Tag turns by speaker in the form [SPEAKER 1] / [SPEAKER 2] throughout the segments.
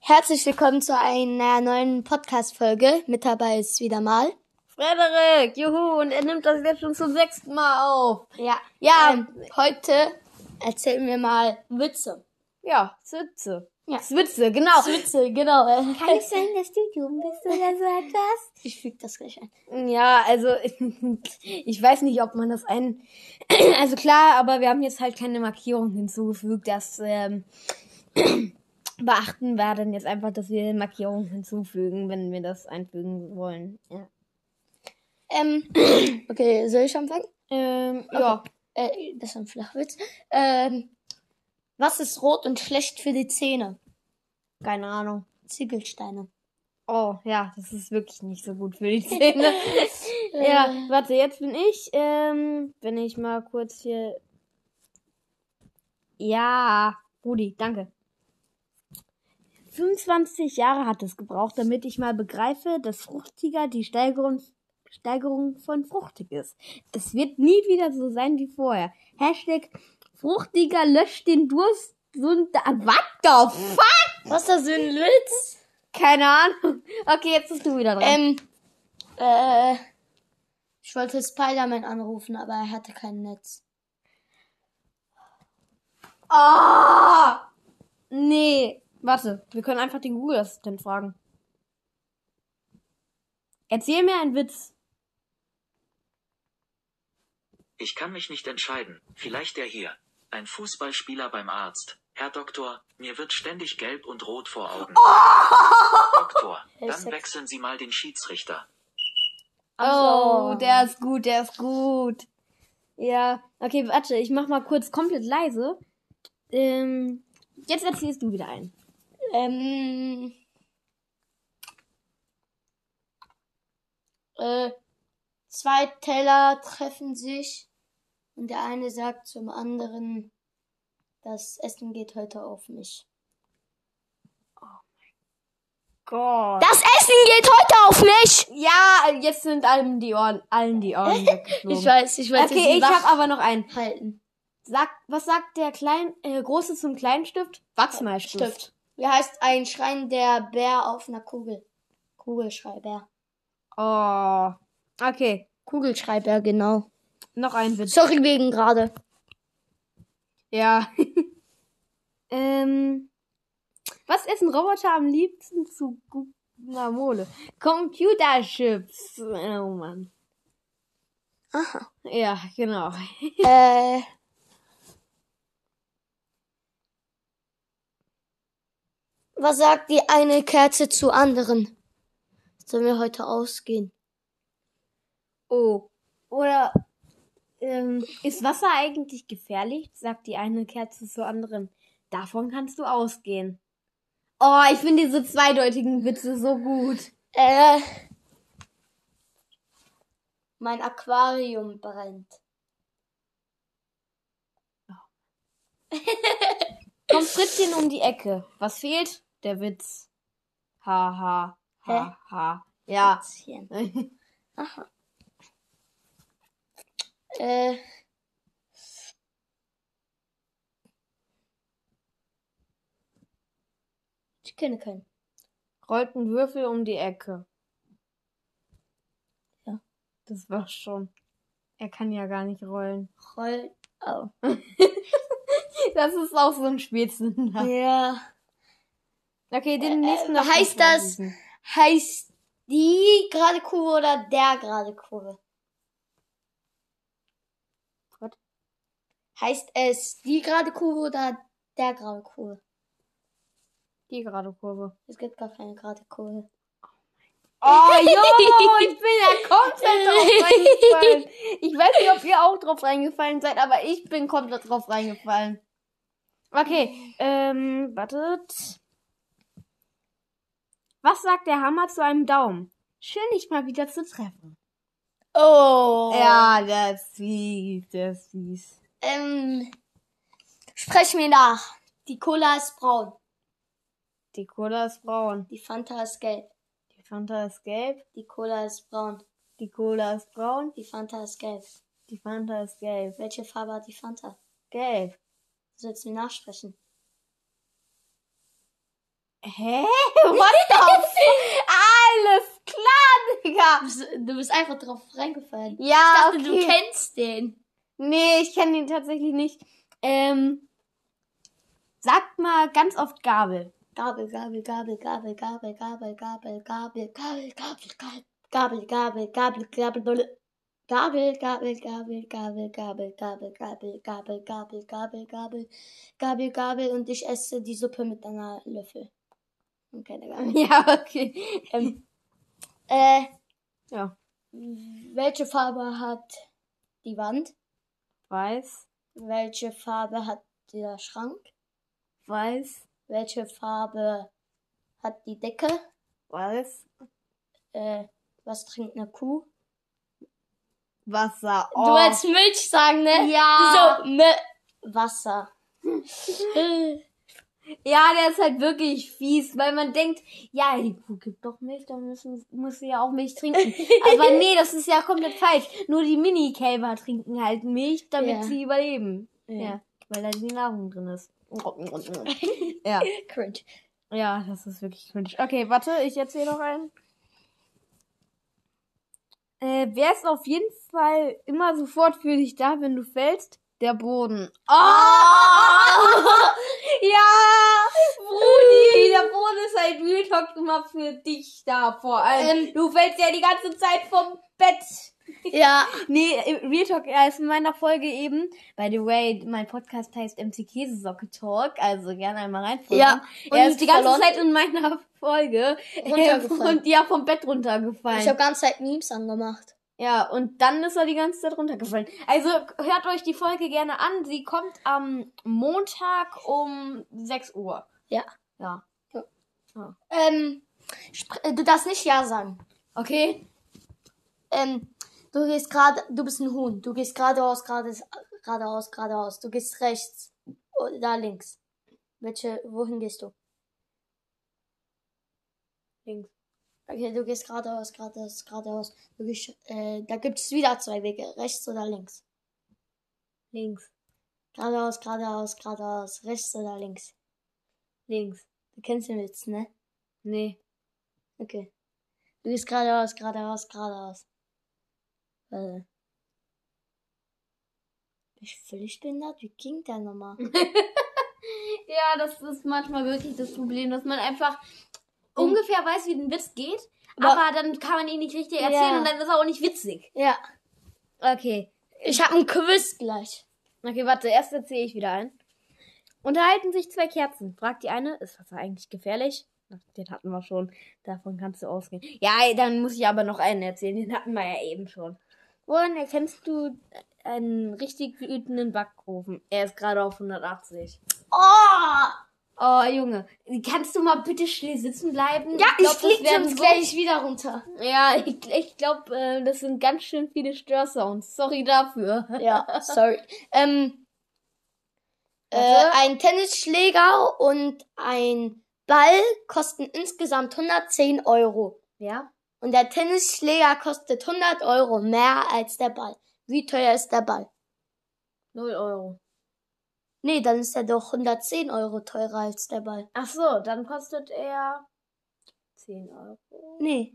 [SPEAKER 1] Herzlich willkommen zu einer neuen Podcast-Folge. Mit dabei ist wieder mal.
[SPEAKER 2] Frederik, juhu, und er nimmt das jetzt schon zum sechsten Mal auf.
[SPEAKER 1] Ja. Ja, heute Ähm, erzählen wir mal Witze.
[SPEAKER 2] Ja, Switze.
[SPEAKER 1] Ja.
[SPEAKER 2] Switze, genau.
[SPEAKER 1] Witze, genau.
[SPEAKER 3] Kann es sein, dass du dumm bist oder so etwas?
[SPEAKER 1] Ich füge das gleich ein.
[SPEAKER 2] Ja, also, ich weiß nicht, ob man das ein, also klar, aber wir haben jetzt halt keine Markierung hinzugefügt, das, ähm, beachten wir dann jetzt einfach, dass wir Markierungen hinzufügen, wenn wir das einfügen wollen. Ja.
[SPEAKER 1] Ähm, okay, soll ich anfangen?
[SPEAKER 2] Ähm, ja.
[SPEAKER 1] Äh, das ist ein Flachwitz. Ähm, was ist rot und schlecht für die Zähne?
[SPEAKER 2] Keine Ahnung.
[SPEAKER 1] Ziegelsteine.
[SPEAKER 2] Oh, ja, das ist wirklich nicht so gut für die Zähne. Ja,
[SPEAKER 1] Äh,
[SPEAKER 2] warte, jetzt bin ich. Ähm, wenn ich mal kurz hier. Ja, Rudi, danke. 25 Jahre hat es gebraucht, damit ich mal begreife, dass fruchtiger die Steigerung, Steigerung von fruchtig ist. Es wird nie wieder so sein wie vorher. Hashtag fruchtiger löscht den Durst. So ein Da- What the fuck?
[SPEAKER 1] Was ist das für ein Witz?
[SPEAKER 2] Keine Ahnung. Okay, jetzt bist du wieder dran.
[SPEAKER 1] Ähm, äh, ich wollte Spider-Man anrufen, aber er hatte kein Netz.
[SPEAKER 2] Ah! Nee, warte, wir können einfach den Google-Assistent fragen. Erzähl mir einen Witz.
[SPEAKER 4] Ich kann mich nicht entscheiden. Vielleicht der hier. Ein Fußballspieler beim Arzt. Herr Doktor, mir wird ständig gelb und rot vor Augen. Doktor, dann wechseln Sie mal den Schiedsrichter.
[SPEAKER 1] Ach so.
[SPEAKER 2] Oh, der ist gut, der ist gut. Ja, okay, warte, ich mach mal kurz komplett leise. Ähm, jetzt erzählst du wieder einen.
[SPEAKER 1] Ähm. Äh, zwei Teller treffen sich und der eine sagt zum anderen, das Essen geht heute auf mich.
[SPEAKER 2] Gott.
[SPEAKER 1] Das Essen geht heute auf mich!
[SPEAKER 2] ja, jetzt sind allen die Ohren, allen die Ohren weggeflogen.
[SPEAKER 1] Ich weiß, ich weiß,
[SPEAKER 2] okay, ich
[SPEAKER 1] wach
[SPEAKER 2] habe aber noch einen.
[SPEAKER 1] halten.
[SPEAKER 2] Sag, was sagt der Klein, äh, Große zum kleinen Stift? Wachsmalstift.
[SPEAKER 1] Stift. Wie heißt ein Schrein der Bär auf einer Kugel? Kugelschreiber.
[SPEAKER 2] Oh. Okay,
[SPEAKER 1] Kugelschreiber, genau.
[SPEAKER 2] noch ein Witz.
[SPEAKER 1] Sorry wegen gerade.
[SPEAKER 2] Ja. ähm, was essen Roboter am liebsten zu guter Mole? Computerchips. Oh Mann.
[SPEAKER 1] Aha.
[SPEAKER 2] Ja, genau.
[SPEAKER 1] Äh. Was sagt die eine Kerze zu anderen? Sollen wir heute ausgehen?
[SPEAKER 2] Oh. Oder ähm, ist Wasser eigentlich gefährlich? Sagt die eine Kerze zur anderen. Davon kannst du ausgehen. Oh, ich finde diese zweideutigen Witze so gut.
[SPEAKER 1] Äh. Mein Aquarium brennt.
[SPEAKER 2] Kommt Fritzchen um die Ecke. Was fehlt? Der Witz. Ha, ha, ha, ha. Ja.
[SPEAKER 1] Kätzchen. Äh. Ich kenne keinen.
[SPEAKER 2] Rollt ein Würfel um die Ecke.
[SPEAKER 1] Ja.
[SPEAKER 2] Das war's schon. Er kann ja gar nicht rollen.
[SPEAKER 1] Roll. Oh.
[SPEAKER 2] Das ist auch so ein Spätsünder.
[SPEAKER 1] Ja.
[SPEAKER 2] Okay, den nächsten
[SPEAKER 1] äh, heißt
[SPEAKER 2] ich mal
[SPEAKER 1] das-
[SPEAKER 2] lesen.
[SPEAKER 1] Heißt die gerade Kurve oder der gerade Kurve?
[SPEAKER 2] What?
[SPEAKER 1] Heißt es die gerade Kurve oder der gerade Kurve?
[SPEAKER 2] Die gerade Kurve.
[SPEAKER 1] Es gibt gar keine gerade Kurve.
[SPEAKER 2] Oh, jo, ich bin ja komplett drauf reingefallen. Ich weiß nicht, ob ihr auch drauf reingefallen seid, aber ich bin komplett drauf reingefallen. Okay, ähm, wartet. Was sagt der Hammer zu einem Daumen? Schön, dich mal wieder zu treffen.
[SPEAKER 1] Oh.
[SPEAKER 2] Ja, der ist fies, der ist fies.
[SPEAKER 1] Ähm, sprech mir nach. Die Cola ist braun,
[SPEAKER 2] Die Cola ist braun,
[SPEAKER 1] die Fanta ist gelb,
[SPEAKER 2] die Fanta ist gelb,
[SPEAKER 1] die Cola ist braun,
[SPEAKER 2] die Cola ist braun,
[SPEAKER 1] die Fanta ist gelb.
[SPEAKER 2] die Fanta ist gelb,
[SPEAKER 1] Welche Farbe hat die Fanta?
[SPEAKER 2] gelb.
[SPEAKER 1] Sollst du mir nachsprechen?
[SPEAKER 2] Hä? What the fuck? Alles klar, Digga.
[SPEAKER 1] Du bist- Du bist einfach drauf reingefallen. Ich
[SPEAKER 2] Ja,
[SPEAKER 1] dachte, du
[SPEAKER 2] okay.
[SPEAKER 1] kennst den.
[SPEAKER 2] Nee, ich kenne ihn tatsächlich nicht. Ähm, sagt mal ganz oft Gabel.
[SPEAKER 1] Gabel, Gabel, Gabel, Gabel, Gabel, Gabel, Gabel, Gabel, Gabel, Gabel, Gabel, Gabel, Gabel, Gabel, Gabel, Gabel, Gabel, Gabel, Gabel, Gabel, Gabel, Gabel, Gabel, Gabel, Gabel, Gabel, Gabel, Gabel und ich esse die Suppe mit einer Löffel. Okay, der Gabel.
[SPEAKER 2] Ja, okay. Ähm,
[SPEAKER 1] Äh,
[SPEAKER 2] ja.
[SPEAKER 1] welche Farbe hat die Wand?
[SPEAKER 2] Weiß,
[SPEAKER 1] Welche Farbe hat der Schrank?
[SPEAKER 2] weiß,
[SPEAKER 1] Welche Farbe hat die Decke?
[SPEAKER 2] weiß.
[SPEAKER 1] Äh, was trinkt eine Kuh?
[SPEAKER 2] Wasser. Oh.
[SPEAKER 1] Du wolltest Milch sagen, ne?
[SPEAKER 2] Ja.
[SPEAKER 1] So, ne, Wasser.
[SPEAKER 2] Ja, der ist halt wirklich fies, weil man denkt, ja, die Kuh gibt doch Milch, dann müssen, muss sie ja auch Milch trinken. Aber nee, das ist ja komplett falsch. Nur die Mini-Kälber trinken halt Milch, damit
[SPEAKER 1] Ja.
[SPEAKER 2] sie überleben. Ja.
[SPEAKER 1] Ja.
[SPEAKER 2] Weil da die Nahrung drin ist. ja.
[SPEAKER 1] Cringe.
[SPEAKER 2] Ja, das ist wirklich cringe. Okay, warte, ich erzähle noch einen. Äh, wer ist auf jeden Fall immer sofort für dich da, wenn du fällst? Der Boden. Oh! ja! Brudi, der Boden ist halt Real Talk immer für dich da, vor allem. du fällst ja die ganze Zeit vom Bett.
[SPEAKER 1] Ja.
[SPEAKER 2] Nee, im Real Talk er ist in meiner Folge eben. By the way, mein Podcast heißt MC Käsesocke Talk, also gerne einmal reinfolgen.
[SPEAKER 1] Ja,
[SPEAKER 2] und er
[SPEAKER 1] und
[SPEAKER 2] ist die ganze
[SPEAKER 1] verloren.
[SPEAKER 2] Zeit in meiner Folge
[SPEAKER 1] Runtergefallen.
[SPEAKER 2] und ja vom Bett runtergefallen.
[SPEAKER 1] Ich habe ganze Zeit Memes angemacht.
[SPEAKER 2] ja, und dann ist er die ganze Zeit runtergefallen. Also hört euch die Folge gerne an. Sie kommt am Montag um 6 Uhr.
[SPEAKER 1] Ja.
[SPEAKER 2] Ja.
[SPEAKER 1] Ähm, spr- äh, du darfst nicht Ja sagen.
[SPEAKER 2] Okay.
[SPEAKER 1] Ähm, du gehst gerade, du bist ein Huhn. Du gehst geradeaus, geradeaus, geradeaus, geradeaus. Du gehst rechts oder links. Welche, wohin gehst du?
[SPEAKER 2] Links.
[SPEAKER 1] Okay, du gehst geradeaus, geradeaus, geradeaus. Du gehst, äh, da gibt es wieder zwei Wege, rechts oder links.
[SPEAKER 2] Links.
[SPEAKER 1] Geradeaus, geradeaus, geradeaus, rechts oder links.
[SPEAKER 2] Links.
[SPEAKER 1] Du kennst den Witz, ne?
[SPEAKER 2] Nee.
[SPEAKER 1] Okay. Du gehst geradeaus, geradeaus, geradeaus. Warte. Bin ich völlig behindert? Wie ging der nochmal?
[SPEAKER 2] Ja, das ist manchmal wirklich das Problem, dass man einfach ungefähr weiß, wie ein Witz geht, Um aber,
[SPEAKER 1] Aber-
[SPEAKER 2] dann kann man ihn nicht richtig
[SPEAKER 1] Ja.
[SPEAKER 2] erzählen und dann ist er auch nicht witzig.
[SPEAKER 1] ja.
[SPEAKER 2] Okay.
[SPEAKER 1] Ich hab ein Quiz gleich.
[SPEAKER 2] Okay, warte, erst erzähle ich wieder ein. Unterhalten sich zwei Kerzen. Fragt die eine, ist Wasser eigentlich gefährlich? Ach, Den hatten wir schon. Davon kannst du ausgehen. Ja, dann muss ich aber noch einen erzählen. Den hatten wir ja eben schon. Woran erkennst du einen richtig wütenden Backofen? Er ist gerade auf 180.
[SPEAKER 1] Oh!
[SPEAKER 2] Oh, Junge. Kannst du mal bitte still sitzen bleiben?
[SPEAKER 1] Ja, ich
[SPEAKER 2] glaub, das
[SPEAKER 1] flieg
[SPEAKER 2] wären
[SPEAKER 1] sonst
[SPEAKER 2] so
[SPEAKER 1] gleich wieder runter.
[SPEAKER 2] Ja, ich, ich glaube, äh, das sind ganz schön viele Störsounds. Sorry dafür.
[SPEAKER 1] Ja, sorry. ähm, äh,
[SPEAKER 2] Warte.
[SPEAKER 1] ein Tennisschläger und ein Ball kosten insgesamt 110 Euro.
[SPEAKER 2] Ja?
[SPEAKER 1] Und der Tennisschläger kostet 100 Euro mehr als der Ball. Wie teuer ist der Ball?
[SPEAKER 2] Null Euro.
[SPEAKER 1] Nee, dann ist er doch 110 Euro teurer als der Ball.
[SPEAKER 2] Ach so, dann kostet er 10 Euro.
[SPEAKER 1] Nee.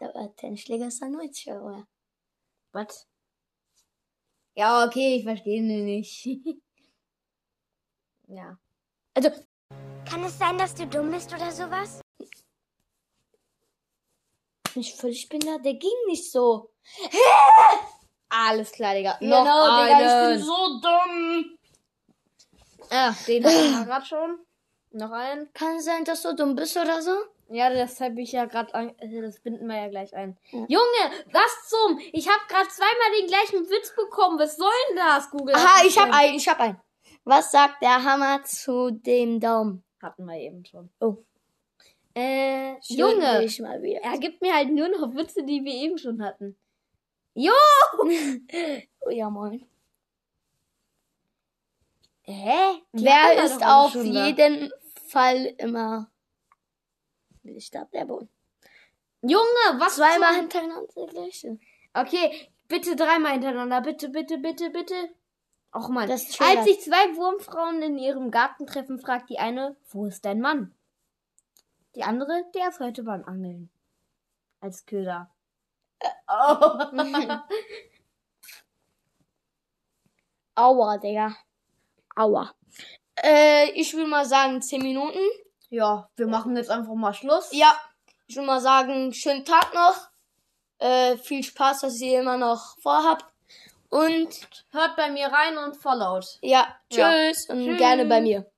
[SPEAKER 1] Der äh, Tennisschläger ist dann 90 Euro. mehr.
[SPEAKER 2] Was? Ja, okay, ich verstehe ihn nicht. ja.
[SPEAKER 1] Also,
[SPEAKER 3] Kann es sein, dass du dumm bist oder sowas?
[SPEAKER 1] nicht völlig behindert, der ging nicht so.
[SPEAKER 2] Alles klar, Digga.
[SPEAKER 1] Genau,
[SPEAKER 2] Noch einen.
[SPEAKER 1] Digga, ich bin so dumm.
[SPEAKER 2] Ach, den hatten wir gerade schon. Noch einen.
[SPEAKER 1] Kann es sein, dass du dumm bist oder so?
[SPEAKER 2] Ja, das habe ich ja gerade an. äh, Das binden wir ja gleich ein.
[SPEAKER 1] Ja.
[SPEAKER 2] Junge, was zum? Ich habe gerade zweimal den gleichen Witz bekommen. Was soll denn das, Google?
[SPEAKER 1] Aha, ich hab einen, ich hab einen. Was sagt der Hammer zu dem Daumen?
[SPEAKER 2] Hatten wir eben schon.
[SPEAKER 1] Oh.
[SPEAKER 2] Äh,
[SPEAKER 1] Schön
[SPEAKER 2] Junge,
[SPEAKER 1] Ich mal wieder.
[SPEAKER 2] er gibt mir halt nur noch Witze, die wir eben schon hatten. Jo!
[SPEAKER 1] Oh, ja, moin.
[SPEAKER 2] Hä? Die hatten wir
[SPEAKER 1] Wer
[SPEAKER 2] doch
[SPEAKER 1] ist
[SPEAKER 2] alle
[SPEAKER 1] auf
[SPEAKER 2] schon da.
[SPEAKER 1] jeden Fall immer... Ich glaube, der Boden.
[SPEAKER 2] Junge, was
[SPEAKER 1] Zweimal
[SPEAKER 2] zum?
[SPEAKER 1] hintereinander der gleiche.
[SPEAKER 2] Okay, bitte dreimal hintereinander. Bitte, bitte, bitte, bitte. Och man.
[SPEAKER 1] Das ist schön,
[SPEAKER 2] Als
[SPEAKER 1] das-
[SPEAKER 2] sich zwei Wurmfrauen in ihrem Garten treffen, fragt die eine, wo ist dein Mann? Die andere, der ist heute beim Angeln. Als Köder. Äh, oh.
[SPEAKER 1] Aua, Digga. Aua. Äh, ich will mal sagen, 10 Minuten.
[SPEAKER 2] Ja, wir machen jetzt einfach mal Schluss.
[SPEAKER 1] Ja, ich will mal sagen, schönen Tag noch. Äh, viel Spaß, was ihr immer noch vorhabt. Und
[SPEAKER 2] Hört bei mir rein und followt.
[SPEAKER 1] ja, tschüss und gerne bei mir.